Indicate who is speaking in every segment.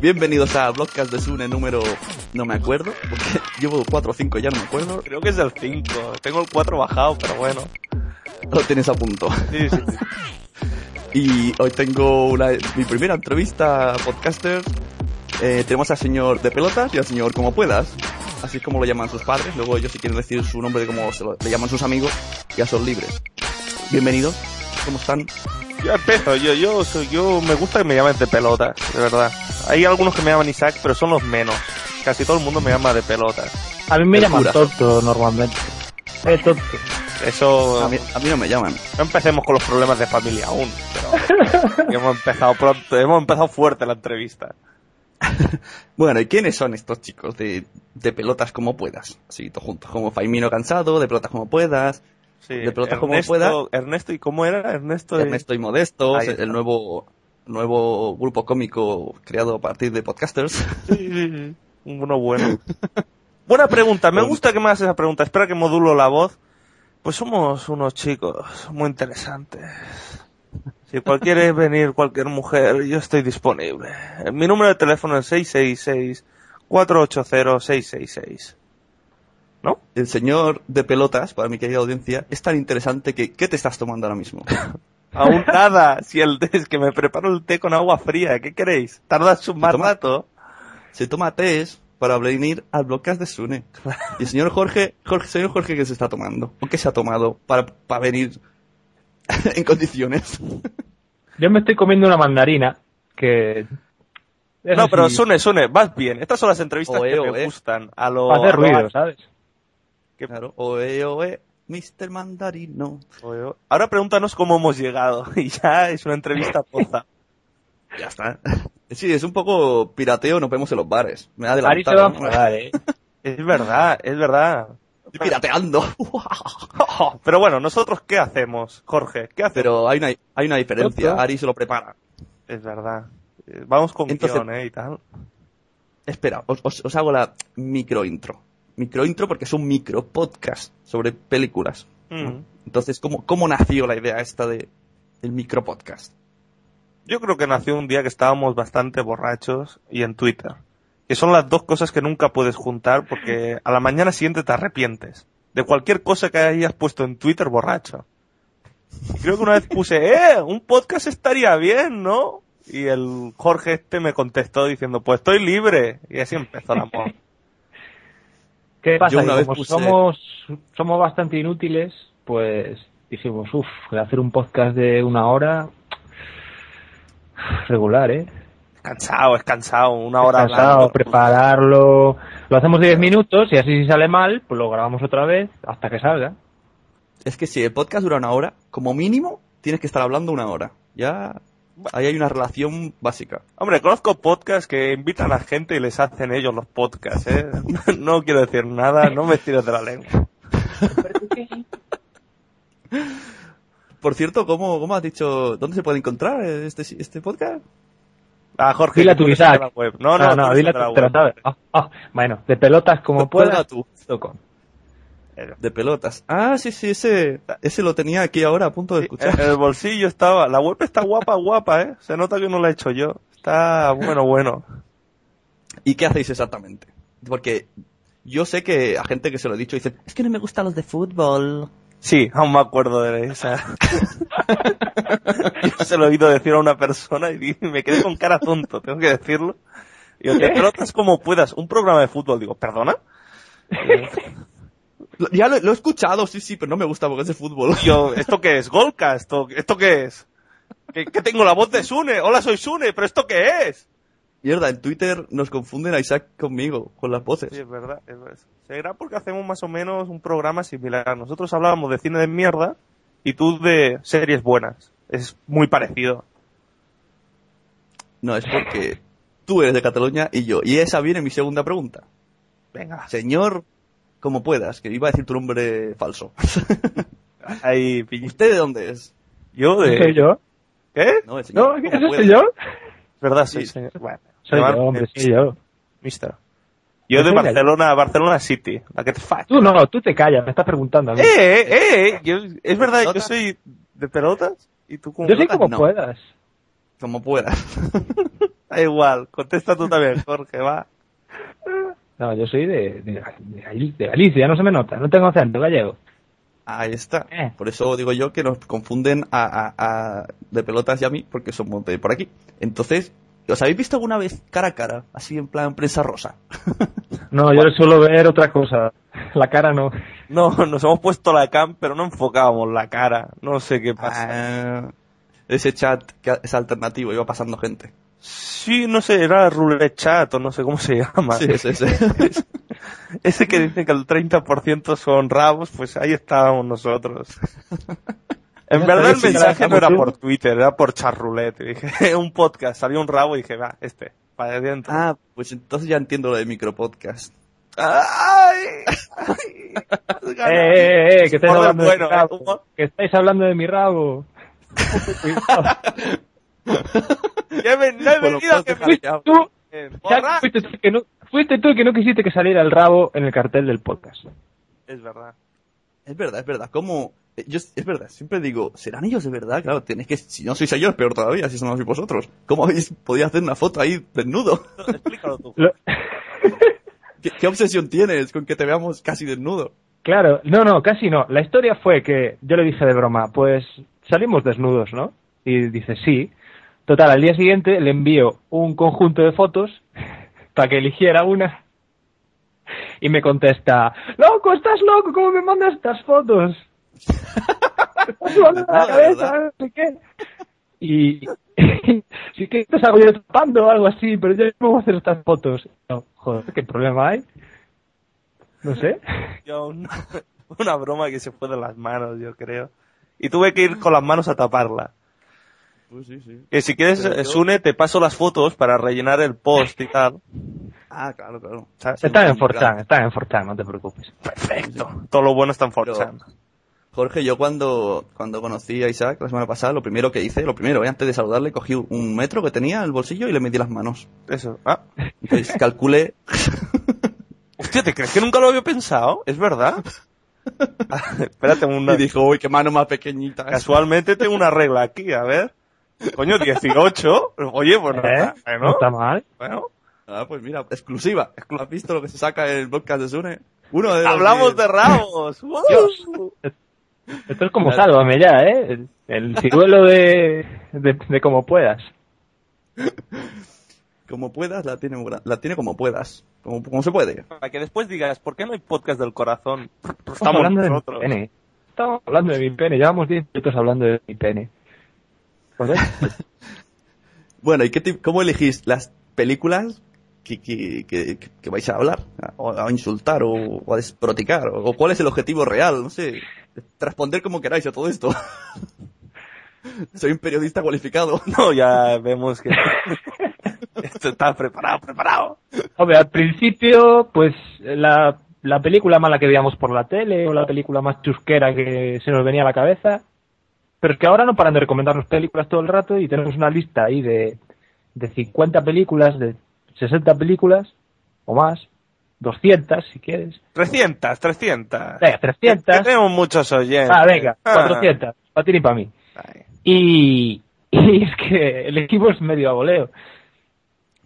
Speaker 1: Bienvenidos a Blogcast de Sune número... No me acuerdo, porque llevo 4 o 5 ya, no me acuerdo.
Speaker 2: Creo que es el 5. Tengo el 4 bajado, pero bueno.
Speaker 1: Lo tienes a punto.
Speaker 2: Sí, sí, sí.
Speaker 1: Y hoy tengo una- mi primera entrevista a podcaster. Eh, tenemos al señor de pelotas y al señor como puedas. Así es como lo llaman sus padres. Luego ellos si quieren decir su nombre de cómo se lo, le llaman sus amigos, ya son libres. Bienvenidos. ¿Cómo están?
Speaker 2: Yo empiezo, yo, yo, soy, yo me gusta que me llamen de pelota, de verdad. Hay algunos que me llaman Isaac, pero son los menos. Casi todo el mundo me llama de pelota.
Speaker 3: A mí me
Speaker 1: El
Speaker 3: llaman
Speaker 1: cura.
Speaker 3: tonto normalmente. Es tonto.
Speaker 2: Eso...
Speaker 1: A mí, a mí no me llaman.
Speaker 2: No empecemos con los problemas de familia aún, pero hemos empezado pronto, hemos empezado fuerte la entrevista.
Speaker 1: Bueno, ¿y quiénes son estos chicos de, de pelotas como puedas? Así, todos juntos, como Faimino Cansado, de pelotas como puedas,
Speaker 2: Sí,
Speaker 1: De pelota como
Speaker 2: Ernesto,
Speaker 1: pueda.
Speaker 2: Ernesto, ¿y cómo era? Ernesto, y-
Speaker 1: Ernesto y Modesto,
Speaker 2: Ahí está.
Speaker 1: el nuevo, nuevo grupo cómico creado a partir de podcasters.
Speaker 2: Sí, sí, sí. Uno bueno. Buena pregunta, me
Speaker 1: Bueno.
Speaker 2: gusta que me hagas esa pregunta. Espera que modulo la voz. Pues somos unos chicos muy interesantes. Si cualquier venir, cualquier mujer, yo estoy disponible. Mi número de teléfono es 666-480-666. ¿No?
Speaker 1: El señor de pelotas, para mi querida audiencia, es tan interesante que ¿qué te estás tomando ahora mismo?
Speaker 2: Aún nada. Si el té- es que me preparo el té con agua fría, ¿qué queréis? Tardas un más
Speaker 1: Toma.
Speaker 2: rato.
Speaker 1: Se toma test para venir al podcast de Sune. Y el señor Jorge, Jorge, señor Jorge, ¿qué se está tomando? ¿O qué se ha tomado para, para venir en condiciones?
Speaker 3: Yo me estoy comiendo una mandarina que... Eso
Speaker 2: No, pero
Speaker 3: sí,
Speaker 2: Sune, Sune, vas bien. Estas son las entrevistas
Speaker 1: Oe,
Speaker 2: que me
Speaker 1: oe.
Speaker 2: gustan. A lo,
Speaker 3: hace
Speaker 2: a lo
Speaker 3: ruido, ¿sabes?
Speaker 2: Que-
Speaker 1: Claro, oe, oe, Mr. Mandarino.
Speaker 2: Oye, Ahora pregúntanos cómo hemos llegado. Y ya es una entrevista poza.
Speaker 1: Ya está. Sí, es un poco pirateo, nos vemos en los bares. Me ha
Speaker 3: Ari se va a
Speaker 1: adelantado. ¿no?
Speaker 3: enfadar, ¿eh?
Speaker 2: Es verdad, es verdad.
Speaker 1: Estoy pirateando.
Speaker 2: Pero bueno, ¿nosotros qué hacemos, Jorge? ¿Qué hacemos?
Speaker 1: Pero hay una, hay una diferencia,
Speaker 3: Ojo.
Speaker 1: Ari se lo prepara.
Speaker 2: Es verdad. Eh, Vamos con
Speaker 1: Entonces-
Speaker 2: guión, ¿eh? Y tal.
Speaker 1: Espera, os, os- os hago la micro intro. Micro intro porque es un micro podcast sobre películas.
Speaker 2: Mm.
Speaker 1: Entonces, ¿cómo, cómo nació la idea esta de el micro podcast?
Speaker 2: Yo creo que nació un día que estábamos bastante borrachos y en Twitter. Que son las dos cosas que nunca puedes juntar porque a la mañana siguiente te arrepientes de cualquier cosa que hayas puesto en Twitter borracho. Y creo que una vez puse, eh, un podcast estaría bien, ¿no? Y el Jorge este me contestó diciendo, pues estoy libre. Y así empezó el amor.
Speaker 3: ¿Qué pasa?
Speaker 1: Yo una
Speaker 3: Que
Speaker 1: vez
Speaker 3: como
Speaker 1: puse-
Speaker 3: somos, somos bastante inútiles, pues dijimos, uff, hacer un podcast de una hora... Regular, ¿eh?
Speaker 2: Es cansado, es cansado, una hora
Speaker 3: Cansado,
Speaker 2: hablando.
Speaker 3: prepararlo... Lo hacemos 10 minutos y así si sale mal, pues lo grabamos otra vez hasta que salga.
Speaker 1: Es que si el podcast dura una hora, como mínimo tienes que estar hablando una hora. Ya ahí hay una relación básica.
Speaker 2: Hombre, conozco podcasts que invitan a gente y les hacen ellos los podcasts, ¿eh? No quiero decir nada, no me tires de la lengua.
Speaker 1: Por cierto, ¿cómo, cómo has dicho? ¿Dónde se puede encontrar eh, este, este podcast?
Speaker 2: Ah, Jorge,
Speaker 3: Dile a
Speaker 2: que tú
Speaker 3: tu
Speaker 2: eres
Speaker 3: Isaac.
Speaker 2: de la web. No, no,
Speaker 3: Ah,
Speaker 2: tú
Speaker 3: No, no,
Speaker 2: eres de
Speaker 3: dile
Speaker 2: la
Speaker 3: te lo
Speaker 2: web.
Speaker 3: sabes. Ah, ah, bueno, de pelotas como
Speaker 1: Cuelga
Speaker 3: puedas.
Speaker 1: tú.
Speaker 3: toco.
Speaker 1: De pelotas. Ah, sí, sí, ese, ese lo tenía aquí ahora a punto de
Speaker 2: Sí,
Speaker 1: escuchar.
Speaker 2: En Eh, el bolsillo estaba. La web está guapa, guapa, ¿eh? Se nota que no la he hecho yo. Está bueno, bueno.
Speaker 1: ¿Y qué hacéis exactamente? Porque yo sé que a gente que se lo he dicho dicen, es que no me gustan los de fútbol.
Speaker 2: Sí, aún me acuerdo de esa. yo se lo he oído decir a una persona y di- me quedé con cara tonto, tengo que decirlo. Y te pelotas como puedas. Un programa de fútbol, digo, ¿perdona? Eh,
Speaker 1: Lo- Ya lo, lo he escuchado, sí, sí, pero no me gusta porque es de fútbol.
Speaker 2: Yo, ¿esto qué es? ¿Golka? ¿Esto, esto qué es? ¿Que, que tengo la voz de Sune? Hola, soy Sune, pero ¿esto qué es?
Speaker 1: Mierda, en Twitter nos confunden a Isaac conmigo, con las voces.
Speaker 2: Sí, es verdad, es verdad. Será porque hacemos más o menos un programa similar. Nosotros hablábamos de cine de mierda y tú de series buenas. Es muy parecido.
Speaker 1: No, es porque tú eres de Cataluña y yo. Y esa viene mi segunda pregunta.
Speaker 2: Venga,
Speaker 1: Señor, como puedas, que iba a decir tu nombre falso.
Speaker 2: ahí
Speaker 1: ¿Y
Speaker 2: pillé.
Speaker 1: usted de dónde es?
Speaker 2: Yo
Speaker 3: ¿Soy
Speaker 2: de...
Speaker 3: yo?
Speaker 2: ¿Qué?
Speaker 1: No, el señor.
Speaker 3: ¿No? ¿Qué
Speaker 1: como
Speaker 3: ¿Ese
Speaker 1: puedas.
Speaker 3: soy yo?
Speaker 2: ¿Verdad? Soy
Speaker 1: Sí.
Speaker 2: señor. Bueno,
Speaker 3: Soy
Speaker 2: llamar-
Speaker 3: yo, hombre,
Speaker 2: eh,
Speaker 3: soy yo.
Speaker 2: mister. Yo de
Speaker 3: Venga.
Speaker 2: Barcelona, Barcelona City. La que te fa.
Speaker 3: Tú no, tú te callas, me estás preguntando a mí.
Speaker 2: Eh, eh, eh. Yo, es verdad, yo
Speaker 1: ¿Pelotas?
Speaker 2: soy de pelotas y tú como...
Speaker 3: yo soy
Speaker 1: no,
Speaker 3: como
Speaker 1: no.
Speaker 3: puedas.
Speaker 1: Como puedas.
Speaker 2: Da igual, contesta tú también, Jorge, va.
Speaker 3: No, yo soy de, de, de Gal- de Galicia, no se me nota, no tengo acento gallego.
Speaker 1: Ahí está.
Speaker 3: Eh.
Speaker 1: Por eso digo yo que nos confunden a, a- a- de pelotas y a mí, porque somos de por aquí. Entonces, ¿os habéis visto alguna vez cara a cara? Así en plan prensa rosa.
Speaker 3: No, yo suelo ver otra cosa. La cara no.
Speaker 2: No, nos hemos puesto la cam, pero no enfocábamos la cara. No sé qué pasa.
Speaker 1: Ah, ese chat que es alternativo, iba pasando gente.
Speaker 2: Sí, no sé, era roulette chat o no sé cómo se llama.
Speaker 1: Sí, ese, ese.
Speaker 2: Ese que dice que el 30% son rabos, pues ahí estábamos nosotros. En
Speaker 3: Ya
Speaker 2: verdad el
Speaker 3: sabes, si
Speaker 2: mensaje no
Speaker 3: trabajamos
Speaker 2: era
Speaker 3: tú.
Speaker 2: por Twitter, era por chat roulette. Y dije, un podcast, salió un rabo y dije, va, este, para adentro.
Speaker 1: Ah, pues entonces ya entiendo lo de micropodcast. Ah.
Speaker 2: ¡Ay!
Speaker 3: Eh, eh, eh, que
Speaker 2: Por
Speaker 3: estáis
Speaker 2: ver
Speaker 3: hablando de mi
Speaker 2: bueno,
Speaker 3: rabo.
Speaker 2: ¿cómo?
Speaker 3: Que estáis hablando de mi rabo.
Speaker 2: Ya me- no
Speaker 1: Bueno,
Speaker 2: he venido a
Speaker 1: pues
Speaker 2: que
Speaker 1: deja-
Speaker 2: me...
Speaker 3: fuiste tú,
Speaker 2: Borra.
Speaker 3: Jack, fuiste tú que no, fuiste tú que no quisiste que saliera el rabo en el cartel del podcast.
Speaker 2: Es verdad.
Speaker 1: Es verdad, es verdad. ¿Cómo? eh, Yo, es verdad, siempre digo, ¿serán ellos de verdad? Claro, tenéis que, si no sois ellos, peor todavía, si no sois vosotros. ¿Cómo habéis podido hacer una foto ahí desnudo?
Speaker 2: Explícalo tú.
Speaker 3: Lo-
Speaker 1: ¿Qué, qué obsesión tienes con que te veamos casi desnudo?
Speaker 3: claro, no, no, casi no. La historia fue que yo le dije de broma, pues salimos desnudos, ¿no? Y dice, sí. Total, al día siguiente le envío un conjunto de fotos para que eligiera una. Y me contesta, loco, estás loco, ¿cómo me mandas estas fotos? Estás volando
Speaker 1: Desnuda,
Speaker 3: la cabeza,
Speaker 1: ¿verdad?
Speaker 3: no sé qué. Y si que te salgo yo tapando o algo así, pero yo no puedo hacer estas fotos. No, joder, ¿qué problema hay? No sé.
Speaker 2: Yo, un- una broma que se fue de las manos, yo creo. Y tuve que ir con las manos a taparla.
Speaker 1: Pues sí, sí.
Speaker 2: Que si quieres,
Speaker 1: Pero yo-
Speaker 2: eh, Sune, te paso las fotos para rellenar el post y tal.
Speaker 1: Ah, claro, claro.
Speaker 2: ¿sabes?
Speaker 3: Están en
Speaker 1: complicado.
Speaker 3: Forchan, están en Forchan, no te preocupes.
Speaker 2: Perfecto. Todo lo bueno está en
Speaker 1: Pero-
Speaker 2: 4chan.
Speaker 1: Jorge, yo cuando, cuando conocí a Isaac la semana pasada, lo primero que hice, lo primero, eh, antes de saludarle, cogí un metro que tenía en el bolsillo y le metí las manos.
Speaker 2: Eso. Ah.
Speaker 1: Entonces calculé,
Speaker 2: Hostia, ¿te crees que nunca lo había pensado? ¿Es verdad? Ah, Espérate, una...
Speaker 1: y dijo, uy, qué mano más pequeñita.
Speaker 2: casualmente tengo una regla aquí, a ver. Coño, 18. Oye, pues no,
Speaker 3: ¿Eh?
Speaker 2: está-
Speaker 3: No
Speaker 2: ¿no?
Speaker 3: está mal.
Speaker 2: Bueno,
Speaker 1: Ah, pues mira, exclusiva. Exclu- ¿Has visto lo que se saca en el podcast de Sune? Uno de los
Speaker 2: hablamos
Speaker 1: que-
Speaker 2: de rabos. ¡Uh!
Speaker 3: Esto es como sálvame ya, ¿eh? El- El ciruelo de, de, de como puedas.
Speaker 1: Como puedas, la tiene, gra- la tiene como puedas. Como, como se puede.
Speaker 2: Para que después digas, ¿por qué no hay podcast del corazón? Estamos
Speaker 3: Estamos hablando de mi
Speaker 2: nosotros.
Speaker 3: pene. Estamos hablando de mi pene. Llevamos 10 minutos hablando de mi pene. Joder.
Speaker 1: Bueno, ¿y qué tip- cómo elegís las películas que, que, que, que vais a hablar? O a insultar, o, o a desproticar, o, o cuál es el objetivo real, no sé. Responder como queráis a todo esto. Soy un periodista cualificado.
Speaker 2: No, ya vemos que esto está preparado, preparado.
Speaker 3: Hombre, al principio, pues la, la película mala que veíamos por la tele o la película más chusquera que se nos venía a la cabeza. Pero es que ahora no paran de recomendarnos películas todo el rato y tenemos una lista ahí de, de 50 películas, de 60 películas o más, 200 si quieres,
Speaker 2: 300, 300.
Speaker 3: venga, 300,
Speaker 2: Que tenemos muchos oyentes.
Speaker 3: ah, venga,
Speaker 2: Ah.
Speaker 3: 400, para ti y para mí.
Speaker 2: Ay.
Speaker 3: Y, y es que el equipo es medio a voleo.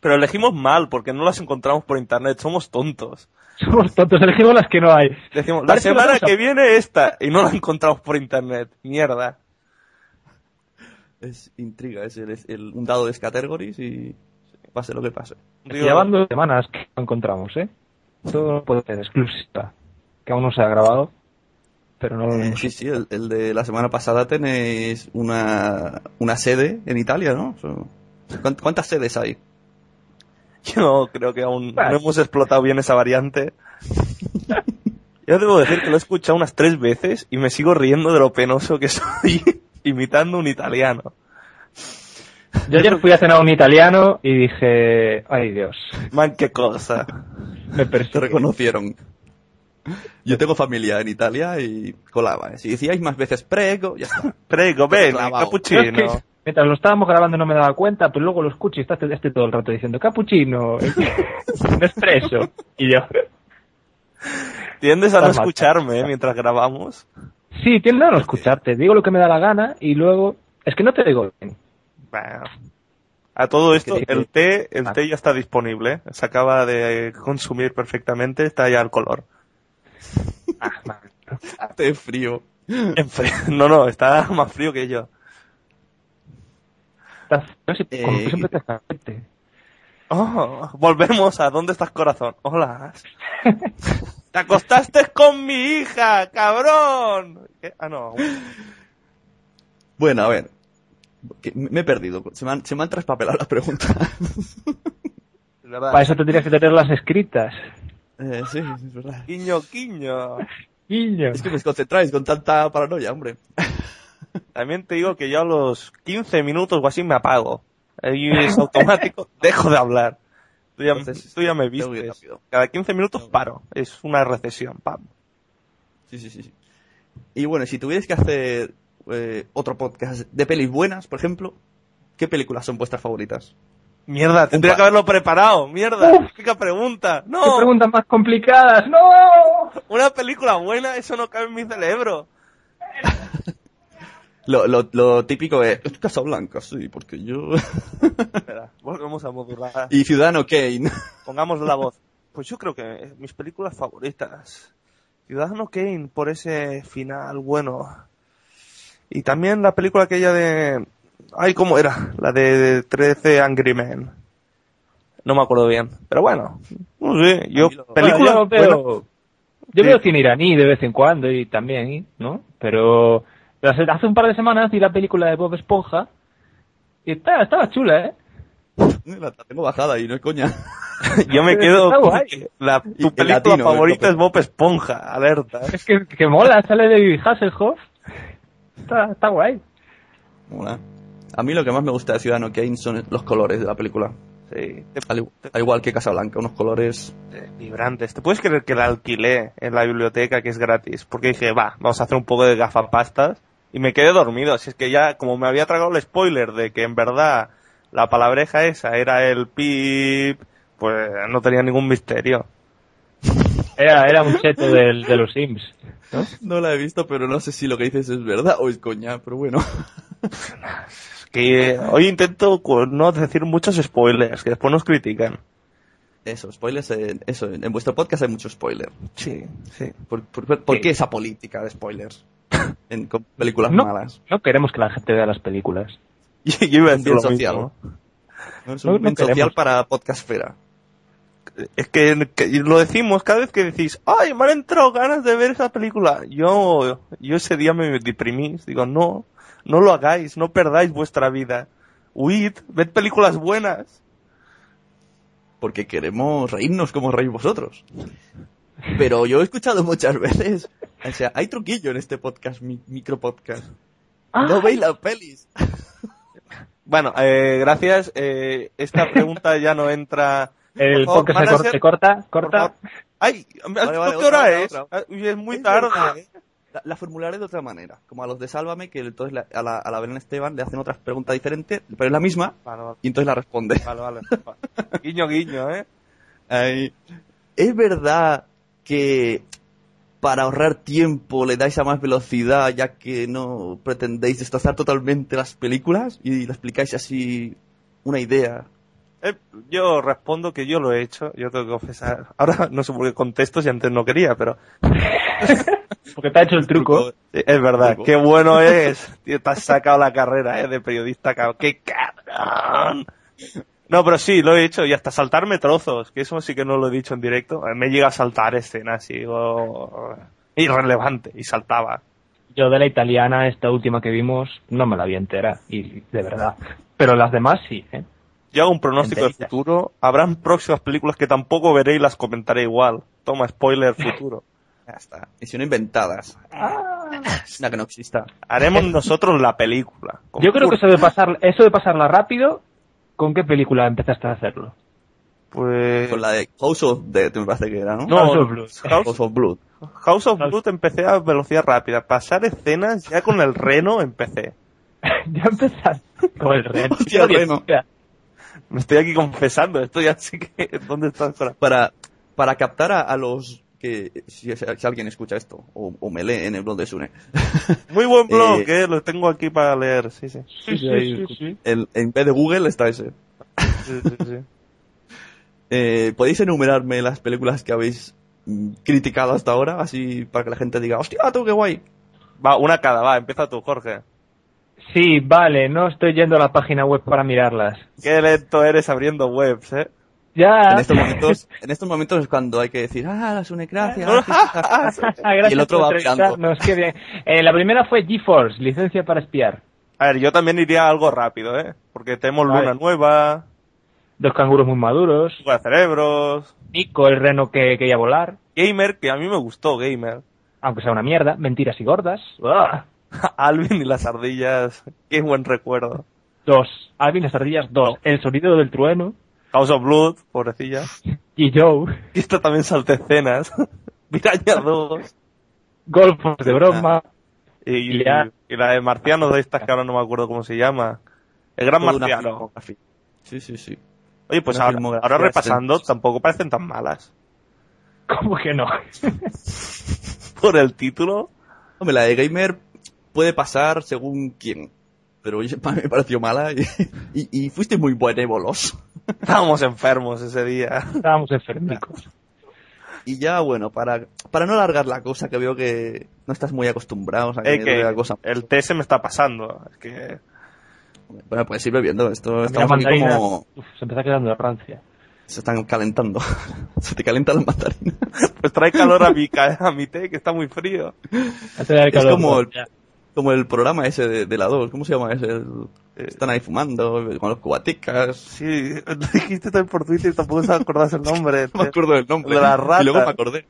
Speaker 2: Pero elegimos mal porque no las encontramos por internet, somos tontos.
Speaker 3: Somos tontos, elegimos las que no hay.
Speaker 2: Decimos, la
Speaker 3: Parece una
Speaker 2: semana
Speaker 3: cosa.
Speaker 2: que viene esta y no la encontramos por internet. Mierda.
Speaker 1: Es intriga, es el, es el- un dado de categories y pase lo que pase.
Speaker 2: Digo,
Speaker 3: Llevan dos semanas que no encontramos, ¿eh? Esto no puede ser exclusiva. Que aún no se ha grabado, pero no lo
Speaker 1: Eh,
Speaker 3: hemos
Speaker 1: sí, sí, el, el de la semana pasada tenéis una, una sede en Italia, ¿no? Eso- ¿cuán- ¿Cuántas sedes hay?
Speaker 2: yo creo que aún
Speaker 3: Vale.
Speaker 2: no hemos explotado bien esa variante. Yo debo decir que lo he escuchado unas tres veces y me sigo riendo de lo penoso que soy imitando un italiano.
Speaker 3: Yo ayer fui a cenar a un italiano y dije, ay Dios,
Speaker 2: Man, qué cosa.
Speaker 3: me
Speaker 1: Te
Speaker 3: persigue.
Speaker 1: reconocieron. Yo tengo familia en Italia y colaba. ¿eh? Si decíais más veces prego, ya está.
Speaker 2: Prego, ven,
Speaker 1: Clavao.
Speaker 3: Yo es que,
Speaker 2: capuchino.
Speaker 3: mientras lo estábamos grabando no me daba cuenta, pero luego lo escucho y está este, este todo el rato diciendo, capuchino, un expreso. Y yo,
Speaker 2: Tiendes a no
Speaker 3: Calma,
Speaker 2: escucharme eh, mientras grabamos.
Speaker 3: sí, tiendo a no escucharte, digo lo que me da la gana y luego, es que no te digo bien.
Speaker 2: Bueno. A todo esto,
Speaker 3: sí.
Speaker 2: el té, el
Speaker 3: Ah.
Speaker 2: té ya está disponible. ¿eh? Se acaba de consumir perfectamente, está ya al color.
Speaker 3: Ah, man.
Speaker 1: Hace frío.
Speaker 2: En frío. No, no, está más frío que yo.
Speaker 3: Estás- no sé, como
Speaker 1: Eh,
Speaker 3: que siempre te caliente.
Speaker 2: Oh, volvemos a ¿Dónde estás corazón? Hola. Te acostaste con mi hija, cabrón. ¿Qué? Ah, no.
Speaker 1: Bueno, a ver. Que Me he perdido. Se me han, se me han traspapelado las preguntas.
Speaker 2: Es verdad.
Speaker 3: Para eso tendrías que tenerlas escritas.
Speaker 1: Eh, sí, es verdad.
Speaker 2: Quiño, quiño.
Speaker 3: Niño.
Speaker 1: Es que me desconcentráis con tanta paranoia, hombre.
Speaker 2: También te digo que yo a los 15 minutos o así me apago. Ahí es automático, dejo de hablar. Tú ya,
Speaker 1: Entonces,
Speaker 2: tú ya me
Speaker 1: tengo que ir
Speaker 2: viste.
Speaker 1: rápido.
Speaker 2: Cada 15 minutos paro. Es una recesión. Pam.
Speaker 1: Sí, sí, sí. sí. Y bueno, si tuvierais que hacer eh, otro podcast de pelis buenas, por ejemplo, ¿qué películas son vuestras favoritas?
Speaker 2: Mierda, tendría
Speaker 1: Upa.
Speaker 2: que haberlo preparado. Mierda, típica pregunta.
Speaker 3: ¡Qué
Speaker 2: No,
Speaker 3: preguntas más complicadas! ¡No!
Speaker 2: una película buena, eso no cabe en mi cerebro.
Speaker 1: Lo, lo, lo típico es Casablanca, sí, porque yo...
Speaker 2: Espera, volvemos a modular.
Speaker 1: y Ciudadano Kane.
Speaker 2: Pongamos la voz. Pues yo creo que mis películas favoritas. Ciudadano Kane por ese final bueno. Y también la película aquella de... Ay, ¿cómo era? La de 13 Angry Men. No me acuerdo bien. Pero bueno. No sé, yo...
Speaker 1: mí lo-
Speaker 2: Películas
Speaker 3: Bueno, yo veo,
Speaker 2: buenas- Sí.
Speaker 3: yo veo cine iraní de vez en cuando y también, ¿no? Pero hace hace un par de semanas vi la película de Bob Esponja y está, estaba chula, ¿eh?
Speaker 1: La tengo bajada y no es coña.
Speaker 2: Yo me quedo...
Speaker 3: Está
Speaker 2: con
Speaker 3: guay.
Speaker 2: que la,
Speaker 1: Y el
Speaker 2: tu película
Speaker 1: latino,
Speaker 2: favorita
Speaker 1: el
Speaker 2: es Bob Esponja. Alerta.
Speaker 3: Es que, que mola, sale de Hasselhoff. Está, está guay.
Speaker 1: Mola. A mí lo que más me gusta de Ciudadano Kane son los colores de la película.
Speaker 2: ¿eh? Sí. Te-
Speaker 1: Al, igu- al igual que Casablanca, unos colores...
Speaker 2: eh, vibrantes. ¿Te puedes creer que la alquilé en la biblioteca, que es gratis? Porque dije, va, vamos a hacer un poco de gafapastas. Y me quedé dormido. Si es que ya, como me había tragado el spoiler de que en verdad la palabreja esa era el pip, pues no tenía ningún misterio.
Speaker 3: Era, era un cheto del- de los Sims.
Speaker 1: No la he visto, pero no sé si lo que dices es verdad o es coña, pero bueno.
Speaker 2: Es que hoy intento cu- no decir muchos spoilers, que después nos critican.
Speaker 1: Eso, spoilers en, eso, en, en vuestro podcast hay mucho spoiler.
Speaker 2: Sí, sí.
Speaker 1: ¿Por, por- por
Speaker 3: Sí.
Speaker 1: qué esa política de spoilers en con películas
Speaker 3: No,
Speaker 1: malas?
Speaker 3: no queremos que la gente vea las películas.
Speaker 2: Yo iba a
Speaker 1: Un
Speaker 2: decir
Speaker 1: bien
Speaker 2: lo
Speaker 1: social.
Speaker 2: mismo.
Speaker 1: No, es
Speaker 3: No,
Speaker 1: un
Speaker 3: no
Speaker 1: bien
Speaker 3: queremos.
Speaker 1: social para podcastfera.
Speaker 2: Es que, que lo decimos cada vez que decís, ay, me han entrado ganas de ver esa película. Yo, yo ese día me deprimí. Digo, no, no lo hagáis, no perdáis vuestra vida. Huid, ved películas buenas.
Speaker 1: Porque queremos reírnos como reís vosotros. Pero yo he escuchado muchas veces. O sea, hay truquillo en este podcast, mi, micro podcast. No veis las pelis.
Speaker 2: Bueno, eh, gracias. Eh, esta pregunta ya no entra. Por
Speaker 3: El
Speaker 2: favor,
Speaker 3: podcast se,
Speaker 2: van a
Speaker 3: cor-
Speaker 2: ser-
Speaker 3: se corta,
Speaker 2: por
Speaker 3: corta.
Speaker 2: favor. Ay, ¿me has
Speaker 1: Vale,
Speaker 2: dicho
Speaker 1: vale,
Speaker 2: qué
Speaker 1: otra,
Speaker 2: hora
Speaker 1: otra,
Speaker 2: es?
Speaker 1: otra.
Speaker 2: Ay, Es muy
Speaker 1: Es
Speaker 2: tarde.
Speaker 1: verdad.
Speaker 2: ¿eh?
Speaker 1: La, la formularé de otra manera. Como a los de Sálvame, que entonces la- a, la, a la Belén Esteban le hacen otras preguntas diferentes, pero es la misma,
Speaker 2: Vale, vale,
Speaker 1: y entonces la responde.
Speaker 2: vale, vale. Guiño, guiño, ¿eh?
Speaker 1: Ay. ¿Es verdad que para ahorrar tiempo le dais a más velocidad ya que no pretendéis destrozar totalmente las películas y le explicáis así una idea?
Speaker 2: Eh, yo respondo que yo lo he hecho, yo tengo que confesar. Ahora no sé por qué contesto si antes no quería, pero
Speaker 3: Porque te ha hecho el truco.
Speaker 2: eh, es verdad,
Speaker 1: Truco.
Speaker 2: qué bueno es. Tío, te has sacado la carrera eh, de periodista, cabrón. ¡Qué cabrón! No, pero sí, lo he hecho y hasta saltarme trozos, que eso sí que no lo he dicho en directo. Eh, Me llega a saltar escenas y digo. Irrelevante, y saltaba.
Speaker 3: Yo de la italiana, esta última que vimos, no me la vi entera, y de verdad. Pero las demás sí, ¿eh?
Speaker 2: Yo hago un pronóstico del
Speaker 1: Enterita.
Speaker 2: futuro. Habrán próximas películas que tampoco veré y las comentaré igual. Toma, spoiler futuro.
Speaker 1: Ya está. Y si no inventadas. Ah, Una que no exista.
Speaker 2: Haremos nosotros la película. Como
Speaker 3: Yo creo que
Speaker 2: Kurt.
Speaker 3: eso de, pasar, eso de pasarla rápido, ¿con qué película empezaste a hacerlo?
Speaker 2: Pues...
Speaker 1: Con la de House of Death, me parece que era, ¿no?
Speaker 2: No,
Speaker 3: House of Blues.
Speaker 2: House,
Speaker 1: House of Blood.
Speaker 2: House of Blood empecé a velocidad rápida. Pasar escenas ya con el reno empecé.
Speaker 3: ya empezaste con el reno.
Speaker 1: Hostia, Reno.
Speaker 2: Me estoy aquí confesando. Esto ya sí que... ¿Dónde estás? Cora?
Speaker 1: Para, para captar a, a los que. Si, si alguien escucha esto, o, o me lee en el blog de Sune.
Speaker 2: Muy buen blog,
Speaker 1: Eh,
Speaker 2: eh, Lo tengo aquí para leer. Sí, sí.
Speaker 3: Sí, sí, sí, sí.
Speaker 1: El, en vez de Google está ese.
Speaker 2: Sí, sí, sí.
Speaker 1: Eh, ¿Podéis enumerarme las películas que habéis mm, criticado hasta ahora? Así para que la gente diga, hostia, tú qué guay.
Speaker 2: Va, una cada, va. Empieza tú, Jorge.
Speaker 3: Sí, vale, no estoy yendo a la página web para mirarlas.
Speaker 2: Qué lento eres abriendo webs, eh.
Speaker 3: Ya.
Speaker 1: En estos momentos, en estos momentos es cuando hay que decir, ah, la Sune, gracias.
Speaker 2: No,
Speaker 1: ja, ja, ja".
Speaker 3: Ah, Gracias
Speaker 1: Y el otro
Speaker 3: por
Speaker 1: va
Speaker 3: entrevistarnos, qué bien. Eh, la primera fue GeForce, licencia para espiar.
Speaker 2: A ver, yo también iría algo rápido, eh. Porque tenemos
Speaker 3: Vale.
Speaker 2: Luna Nueva,
Speaker 3: Dos canguros muy maduros.
Speaker 2: Fuga de Cerebros,
Speaker 3: Nico, el reno que quería volar.
Speaker 2: Gamer, que a mí me gustó Gamer.
Speaker 3: Aunque sea una mierda. Mentiras y gordas. ¡Uah!
Speaker 2: Alvin y las ardillas. Qué buen recuerdo.
Speaker 3: Dos. Alvin las ardillas, dos. El sonido del trueno.
Speaker 2: House of Blood, pobrecilla.
Speaker 3: Y Joe.
Speaker 2: Y esta también salta escenas. Piraña 2.
Speaker 3: Golfos de broma.
Speaker 1: Ah.
Speaker 2: Y,
Speaker 3: Y ya.
Speaker 2: y la de Marciano de estas que ahora no me acuerdo cómo se llama. El Gran
Speaker 1: Toda una
Speaker 2: Marciano.
Speaker 1: filmografía. Sí, sí, sí.
Speaker 2: Oye, pues
Speaker 1: una
Speaker 2: ahora,
Speaker 1: filmografía
Speaker 2: ahora repasando,
Speaker 1: extensa.
Speaker 2: tampoco parecen tan malas.
Speaker 3: ¿Cómo que no?
Speaker 2: Por el título,
Speaker 1: Hombre, la de Gamer puede pasar según quién. Pero yo- me pareció mala y, y- y fuiste muy benévolos.
Speaker 2: estábamos enfermos ese día.
Speaker 3: Estábamos enfermicos.
Speaker 1: Ah. Y ya, bueno, para, para no alargar la cosa, que veo que no estás muy acostumbrado a que,
Speaker 2: Eh, que
Speaker 1: la cosa.
Speaker 2: el té se me está pasando. Es que
Speaker 1: Bueno, pues ir bebiendo. Esto
Speaker 3: Las
Speaker 1: estamos aquí
Speaker 3: mandarinas.
Speaker 1: como...
Speaker 3: Uf, se empieza quedando de rancia.
Speaker 1: Se están calentando. Se te calentan las mandarinas.
Speaker 2: pues trae calor a mi, ca- a mi té, que está muy frío.
Speaker 3: Antes de dar
Speaker 1: Es
Speaker 3: calor,
Speaker 1: como el-
Speaker 3: ya.
Speaker 1: Como el programa ese de, de la 2. ¿Cómo se llama ese? El-
Speaker 2: Eh.
Speaker 1: Están ahí fumando con los cubaticas.
Speaker 2: Sí, lo dijiste también por Twitter y tampoco se acordás el nombre.
Speaker 1: No me acuerdo del nombre.
Speaker 2: De Eh, la rata.
Speaker 1: Y luego me acordé.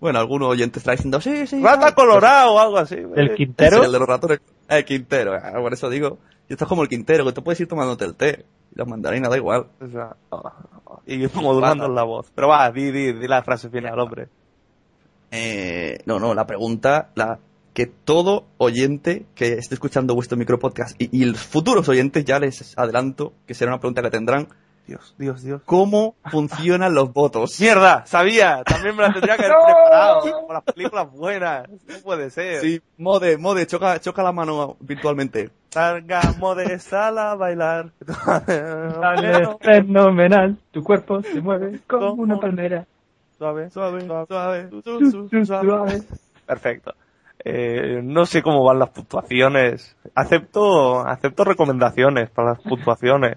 Speaker 1: Bueno, algún oyente está diciendo, sí, sí.
Speaker 2: Rata
Speaker 1: ah,
Speaker 2: Colorado o algo así.
Speaker 3: El
Speaker 2: eh.
Speaker 1: Ese
Speaker 3: Quintero.
Speaker 1: es El de los ratones. Ah, el Quintero, ah, por eso digo. Y esto es como el Quintero, que tú puedes ir tomándote el té. Y las mandarinas, da igual.
Speaker 2: O sea, y modulando la voz. Pero va, di, di, di la frase final, hombre.
Speaker 1: Eh, no, no, la pregunta, la que todo oyente que esté escuchando vuestro micropodcast y, y los futuros oyentes, ya les adelanto que será una pregunta que tendrán.
Speaker 2: Dios, Dios, Dios.
Speaker 1: ¿Cómo funcionan los votos?
Speaker 2: Mierda, sabía. También me la tendría que haber preparado. Con las películas buenas. No puede ser.
Speaker 1: Sí, mode, mode, choca, choca la mano virtualmente.
Speaker 2: Salgamos de sala a bailar.
Speaker 1: Ah.
Speaker 3: Dale, fenomenal. Tu cuerpo se mueve como
Speaker 2: Como-
Speaker 3: una palmera.
Speaker 2: Suave,
Speaker 1: Suave, suave, su,
Speaker 3: Su-
Speaker 1: su,
Speaker 3: su-
Speaker 1: suave.
Speaker 3: suave.
Speaker 2: Perfecto. Eh, no sé cómo van las puntuaciones. Acepto, acepto recomendaciones para las puntuaciones.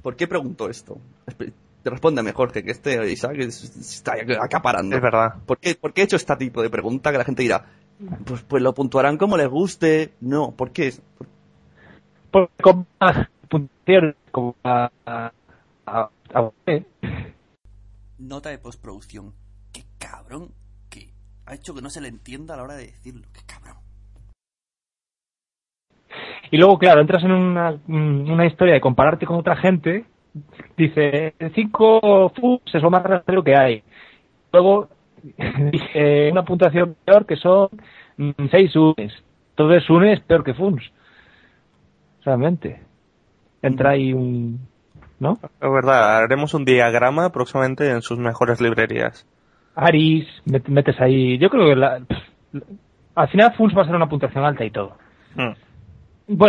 Speaker 1: ¿Por qué pregunto esto? Espe- Te responde mejor que este Isaac es- está acaparando.
Speaker 2: Es verdad.
Speaker 1: ¿Por qué, por qué he hecho este tipo de pregunta que la gente dirá, pues, pues lo puntuarán como les guste? No, ¿por qué?
Speaker 3: Por- con más punteros, como a- a- a- a- eh.
Speaker 4: nota de postproducción. Qué cabrón que ha hecho que no se le entienda a la hora de decirlo. Qué cabrón.
Speaker 3: Y luego, claro, entras en una, mm, una historia de compararte con otra gente. Dice, cinco FUPS es lo más ratero que hay. Luego, dice una puntuación peor que son mm, seis UNES. Entonces, UNES es peor que FUNS. Realmente. Entra ahí un... ¿No?
Speaker 2: Es verdad, haremos un diagrama próximamente en sus mejores librerías.
Speaker 3: Aris, met- metes ahí... Yo creo que la- pff, al final FUNS va a ser una puntuación alta y todo. Bueno,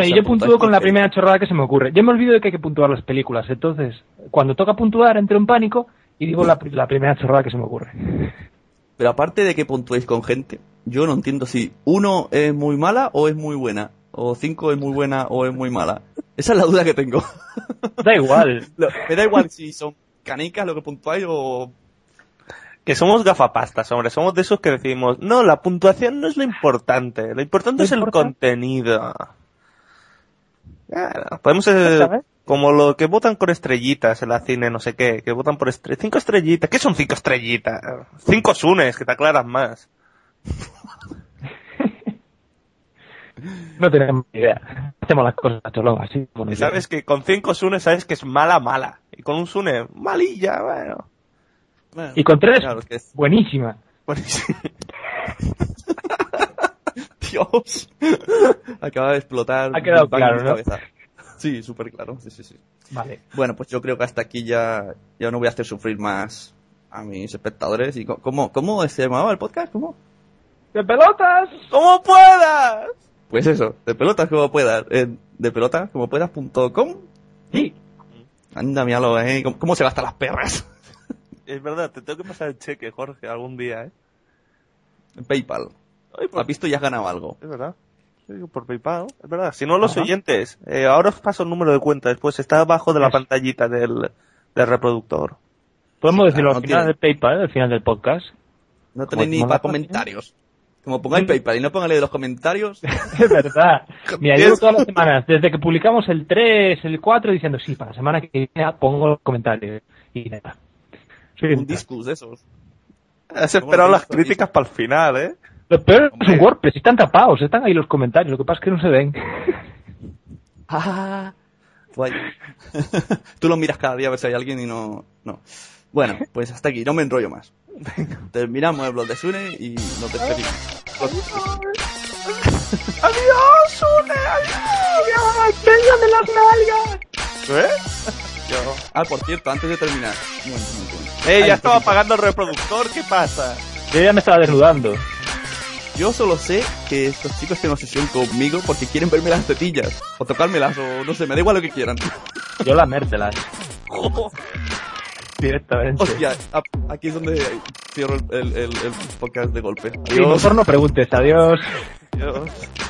Speaker 1: O
Speaker 3: y
Speaker 1: sea,
Speaker 3: yo puntúo
Speaker 1: puntuaje
Speaker 3: con la
Speaker 1: que-
Speaker 3: primera chorrada que se me ocurre. Yo me olvido de que hay que puntuar las películas. Entonces, cuando toca puntuar, entro en pánico y digo la, pri- la primera chorrada que se me ocurre.
Speaker 1: Pero aparte de que puntuéis con gente, yo no entiendo si uno es muy mala o es muy buena. O cinco es muy buena o es muy mala. Esa es la duda que tengo.
Speaker 3: Da igual.
Speaker 1: Lo- Me da igual si son canicas lo que puntuáis o...
Speaker 2: Que somos gafapastas, hombre, somos de esos que decimos, no, la puntuación no es lo importante, lo importante
Speaker 3: ¿No
Speaker 2: es el
Speaker 3: importa?
Speaker 2: contenido. Claro, podemos, eh,
Speaker 3: Exactamente.
Speaker 2: Como lo que votan con estrellitas en la cine, no sé qué, que votan por estrellitas. Cinco estrellitas, ¿qué son cinco estrellitas? Cinco sunes, que te aclaras más.
Speaker 3: No tenemos ni idea. Hacemos las cosas cholón, así. como
Speaker 2: Y
Speaker 3: nos
Speaker 2: sabes que con cinco sunes sabes que es mala, mala. Y con un sune, malilla, bueno.
Speaker 1: Bueno,
Speaker 3: Y con tres.
Speaker 1: Claro, es que es-
Speaker 3: viene. Buenísima.
Speaker 2: Buenísimo.
Speaker 1: Dios. Acaba de explotar.
Speaker 3: Ha quedado
Speaker 1: Big Bang
Speaker 3: claro,
Speaker 1: en mi
Speaker 3: ¿no?
Speaker 1: cabeza. Sí, súper claro. Sí, sí, sí.
Speaker 3: Vale.
Speaker 1: Bueno, pues yo creo que hasta aquí ya, ya no voy a hacer sufrir más a mis espectadores. ¿Y co- cómo, cómo se llamaba el podcast? ¿Cómo?
Speaker 3: ¡De pelotas!
Speaker 2: ¡Como puedas!
Speaker 1: Pues eso, de pelotas como puedas, en de pelotas como puedas.com.
Speaker 3: Sí.
Speaker 1: Anda, míralo, ¿eh? ¿Cómo, cómo se gastan las perras?
Speaker 2: Es verdad, te tengo que pasar el cheque, Jorge, algún día, ¿eh?
Speaker 1: En PayPal.
Speaker 2: Ay, por-
Speaker 1: Has visto y has ganado algo.
Speaker 2: Es verdad. Sí, Por PayPal, es verdad. Si no, los
Speaker 3: Ajá.
Speaker 2: oyentes. eh, ahora os paso el número de cuenta después. Está abajo de la pantallita del, del reproductor.
Speaker 3: Podemos decirlo
Speaker 1: no
Speaker 3: al final
Speaker 1: tiene-
Speaker 3: del PayPal, al final del podcast.
Speaker 1: No tenéis ni
Speaker 3: Como
Speaker 1: para
Speaker 3: la página.
Speaker 1: comentarios. Como pongáis PayPal y no pongáis de los comentarios.
Speaker 3: Es verdad. Mira, llevo
Speaker 1: Dios.
Speaker 3: todas las semanas, desde que publicamos el 3, el 4, diciendo, sí, para la semana que viene pongo los comentarios. Y nada. Soy
Speaker 1: un
Speaker 3: un-
Speaker 1: discus de esos.
Speaker 2: Has
Speaker 1: ¿Cómo
Speaker 2: esperado
Speaker 1: lo
Speaker 2: las
Speaker 1: has visto?
Speaker 2: críticas para el final, ¿eh?
Speaker 3: Lo peor es
Speaker 1: Hombre.
Speaker 3: un WordPress, están tapados, están ahí los comentarios, lo que pasa es que no se ven.
Speaker 1: Ah, guay. Tú lo miras cada día a ver si hay alguien y no, no. Bueno, pues hasta aquí, no me enrollo más. Terminamos el blog de Sune y nos despedimos.
Speaker 2: ¡Adiós, Sune! ¡Adiós! de las nalgas! ¿Eh?
Speaker 1: Ah, por cierto, antes de terminar. Un momento, un momento, un momento.
Speaker 2: Eh,
Speaker 1: Ay,
Speaker 2: ya estaba
Speaker 1: un poquito.
Speaker 2: apagando el reproductor, ¿qué pasa?
Speaker 3: Yo ya me estaba desnudando.
Speaker 1: Yo solo sé que estos chicos tienen obsesión conmigo porque quieren verme las tetillas. O tocármelas, o no sé, me da igual lo que quieran.
Speaker 3: Yo lamértelas directamente.
Speaker 1: Hostia, a- aquí es donde cierro el, el- el- el podcast de golpe.
Speaker 3: Sí,
Speaker 1: Adiós.
Speaker 3: mejor no preguntes, adiós.
Speaker 2: Dios.